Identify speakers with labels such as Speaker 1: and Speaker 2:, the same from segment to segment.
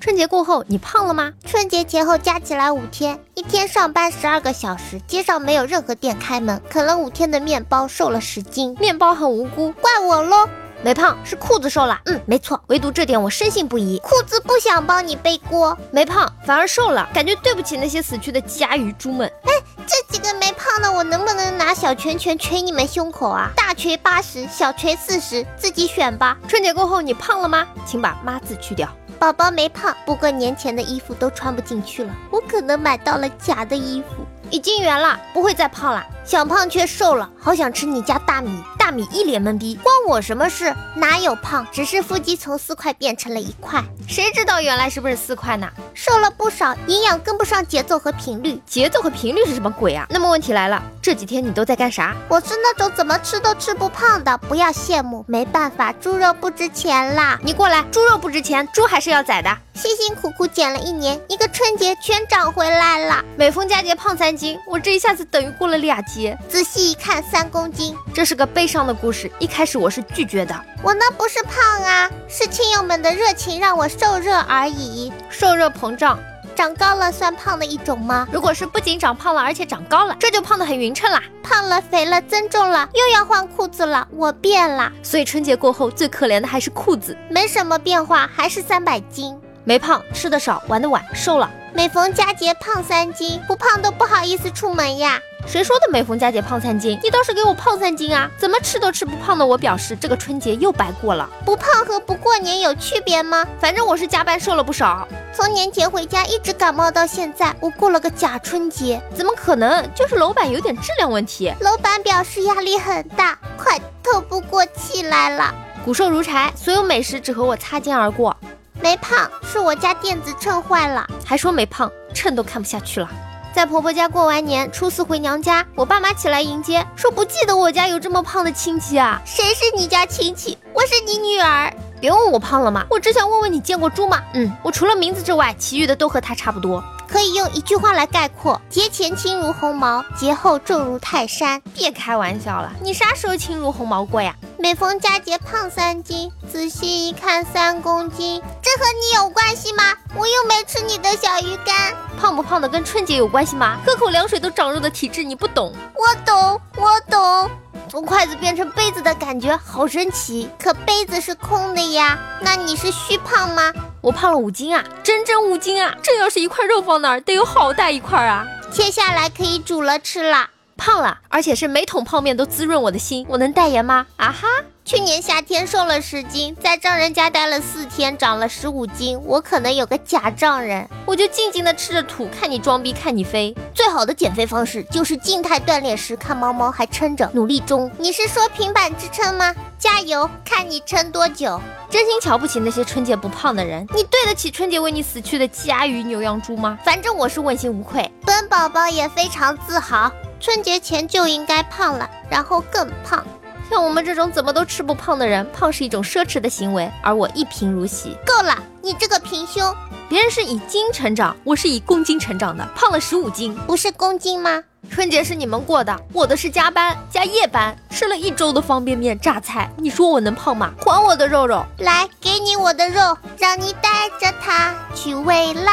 Speaker 1: 春节过后，你胖了吗？
Speaker 2: 春节前后加起来五天，一天上班十二个小时，街上没有任何店开门，啃了五天的面包，瘦了十斤，
Speaker 1: 面包很无辜，
Speaker 2: 怪我喽。
Speaker 1: 没胖是裤子瘦了，嗯，没错，唯独这点我深信不疑。
Speaker 2: 裤子不想帮你背锅，
Speaker 1: 没胖反而瘦了，感觉对不起那些死去的鸡鸭鱼猪们。哎
Speaker 2: 这几个没胖的，我能不能拿小拳拳捶你们胸口啊？大锤八十，小锤四十，自己选吧。
Speaker 1: 春节过后你胖了吗？请把“妈”字去掉。
Speaker 2: 宝宝没胖，不过年前的衣服都穿不进去了，我可能买到了假的衣服。
Speaker 1: 已经圆了，不会再胖了。
Speaker 2: 想胖却瘦了，
Speaker 1: 好想吃你家大米，大米一脸懵逼，关我什么事？
Speaker 2: 哪有胖？只是腹肌从四块变成了一块，
Speaker 1: 谁知道原来是不是四块呢？
Speaker 2: 瘦了不少，营养跟不上节奏和频率。
Speaker 1: 嗯节奏和频率是什么鬼啊？那么问题来了，这几天你都在干啥？
Speaker 2: 我是那种怎么吃都吃不胖的，不要羡慕，没办法，猪肉不值钱啦。
Speaker 1: 你过来，猪肉不值钱，猪还是要宰的。
Speaker 2: 辛辛苦苦减了一年，一个春节全长回来了。
Speaker 1: 每逢佳节胖三斤，我这一下子等于过了俩节。
Speaker 2: 仔细一看，三公斤。
Speaker 1: 这是个悲伤的故事，一开始我是拒绝的。
Speaker 2: 我那不是胖啊，是亲友们的热情让我受热而已。
Speaker 1: 受热膨胀，
Speaker 2: 长高了算胖的一种吗？
Speaker 1: 如果是不仅长胖了，而且长高了，这就胖得很匀称啦。
Speaker 2: 胖了、肥了、增重了，又要换裤子了，我变了。
Speaker 1: 所以春节过后最可怜的还是裤子，
Speaker 2: 没什么变化，还是三百斤。
Speaker 1: 没胖，吃的少，玩的晚，瘦了。
Speaker 2: 每逢佳节胖三斤，不胖都不好意思出门呀。
Speaker 1: 谁说的每逢佳节胖三斤？你倒是给我胖三斤啊！怎么吃都吃不胖的我表示，这个春节又白过了。
Speaker 2: 不胖和不过年有区别吗？
Speaker 1: 反正我是加班瘦了不少。
Speaker 2: 从年前回家一直感冒到现在，我过了个假春节。
Speaker 1: 怎么可能？就是楼板有点质量问题。
Speaker 2: 楼板表示压力很大，快透不过气来了。
Speaker 1: 骨瘦如柴，所有美食只和我擦肩而过。
Speaker 2: 没胖，是我家电子秤坏了。
Speaker 1: 还说没胖，秤都看不下去了。在婆婆家过完年，初四回娘家，我爸妈起来迎接，说不记得我家有这么胖的亲戚啊。
Speaker 2: 谁是你家亲戚？我是你女儿。
Speaker 1: 别问我胖了吗？我只想问问你见过猪吗？嗯，我除了名字之外，其余的都和他差不多。
Speaker 2: 可以用一句话来概括：节前轻如鸿毛，节后重如泰山。
Speaker 1: 别开玩笑了，你啥时候轻如鸿毛过呀？
Speaker 2: 每逢佳节胖三斤，仔细一看三公斤，这和你有关系吗？我又没吃你的小鱼干。
Speaker 1: 胖不胖的跟春节有关系吗？喝口凉水都长肉的体质你不懂。
Speaker 2: 我懂，我懂。从筷子变成杯子的感觉好神奇，可杯子是空的呀。那你是虚胖吗？
Speaker 1: 我胖了五斤啊，整整五斤啊！这要是一块肉放那儿，得有好大一块啊！
Speaker 2: 切下来可以煮了吃了。
Speaker 1: 胖了，而且是每桶泡面都滋润我的心。我能代言吗？啊哈！
Speaker 2: 去年夏天瘦了十斤，在丈人家待了四天，长了十五斤。我可能有个假丈人，
Speaker 1: 我就静静的吃着土，看你装逼，看你飞。
Speaker 2: 最好的减肥方式就是静态锻炼时看猫猫还撑着，努力中。你是说平板支撑吗？加油，看你撑多久！
Speaker 1: 真心瞧不起那些春节不胖的人，你对得起春节为你死去的鸡鸭鱼牛羊猪吗？反正我是问心无愧。
Speaker 2: 本宝宝也非常自豪，春节前就应该胖了，然后更胖。
Speaker 1: 像我们这种怎么都吃不胖的人，胖是一种奢侈的行为，而我一贫如洗。
Speaker 2: 够了，你这个平胸，
Speaker 1: 别人是以斤成长，我是以公斤成长的，胖了十五斤，
Speaker 2: 不是公斤吗？
Speaker 1: 春节是你们过的，我的是加班加夜班，吃了一周的方便面榨菜，你说我能胖吗？还我的肉肉！
Speaker 2: 来，给你我的肉，让你带着它去未来。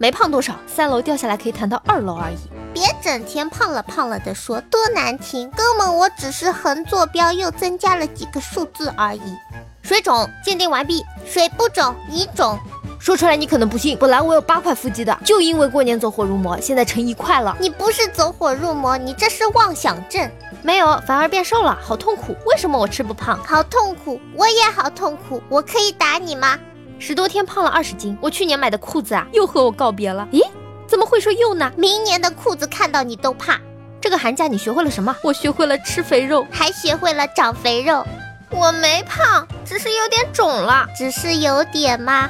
Speaker 1: 没胖多少，三楼掉下来可以弹到二楼而已。
Speaker 2: 别整天胖了胖了的说，多难听！哥们，我只是横坐标又增加了几个数字而已。
Speaker 1: 水肿鉴定完毕，
Speaker 2: 水不肿，你肿。
Speaker 1: 说出来你可能不信，本来我有八块腹肌的，就因为过年走火入魔，现在成一块了。
Speaker 2: 你不是走火入魔，你这是妄想症。
Speaker 1: 没有，反而变瘦了，好痛苦。为什么我吃不胖？
Speaker 2: 好痛苦，我也好痛苦。我可以打你吗？
Speaker 1: 十多天胖了二十斤，我去年买的裤子啊，又和我告别了。咦？怎么会说又呢？
Speaker 2: 明年的裤子看到你都怕。
Speaker 1: 这个寒假你学会了什么？我学会了吃肥肉，
Speaker 2: 还学会了长肥肉。
Speaker 1: 我没胖，只是有点肿了。
Speaker 2: 只是有点吗？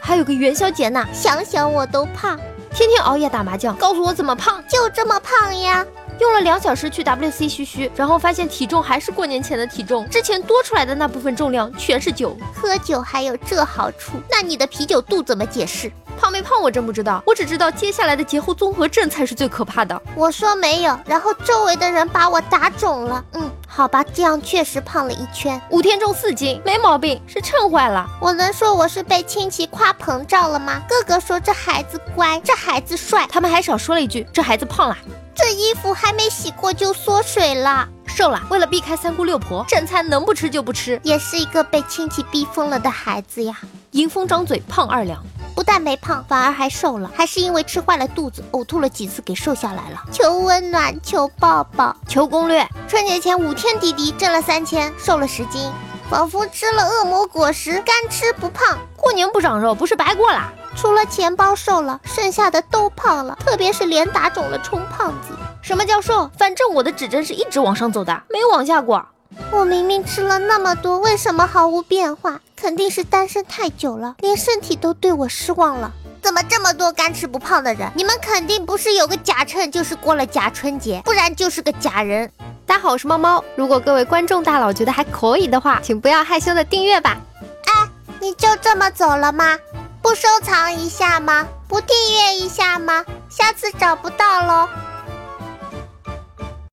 Speaker 1: 还有个元宵节呢，
Speaker 2: 想想我都胖。
Speaker 1: 天天熬夜打麻将，告诉我怎么胖？
Speaker 2: 就这么胖呀！
Speaker 1: 用了两小时去 WC 嘘嘘，然后发现体重还是过年前的体重，之前多出来的那部分重量全是酒。
Speaker 2: 喝酒还有这好处，那你的啤酒肚怎么解释？
Speaker 1: 胖妹。没胖我真不知道，我只知道接下来的节后综合症才是最可怕的。
Speaker 2: 我说没有，然后周围的人把我打肿了。嗯，好吧，这样确实胖了一圈。
Speaker 1: 五天重四斤，没毛病，是秤坏了。
Speaker 2: 我能说我是被亲戚夸膨胀了吗？哥哥说这孩子乖，这孩子帅，
Speaker 1: 他们还少说了一句，这孩子胖了，
Speaker 2: 这衣服还没洗过就缩水了，
Speaker 1: 瘦了。为了避开三姑六婆，正餐能不吃就不吃。
Speaker 2: 也是一个被亲戚逼疯了的孩子呀。
Speaker 1: 迎风张嘴胖二两，
Speaker 2: 不但没胖，反而还瘦了，还是因为吃坏了肚子，呕吐了几次给瘦下来了。求温暖，求抱抱。
Speaker 1: 求攻略。
Speaker 2: 春节前五天滴滴挣了三千，瘦了十斤，仿佛吃了恶魔果实，干吃不胖。
Speaker 1: 过年不长肉不是白过啦？
Speaker 2: 除了钱包瘦了，剩下的都胖了，特别是脸打肿了充胖子。
Speaker 1: 什么叫瘦？反正我的指针是一直往上走的，没有往下过。
Speaker 2: 我明明吃了那么多，为什么毫无变化？肯定是单身太久了，连身体都对我失望了。怎么这么多干吃不胖的人？你们肯定不是有个假秤，就是过了假春节，不然就是个假人。
Speaker 1: 大家好，我是猫猫。如果各位观众大佬觉得还可以的话，请不要害羞的订阅吧。
Speaker 2: 你就这么走了吗？不收藏一下吗？不订阅一下吗？下次找不到喽。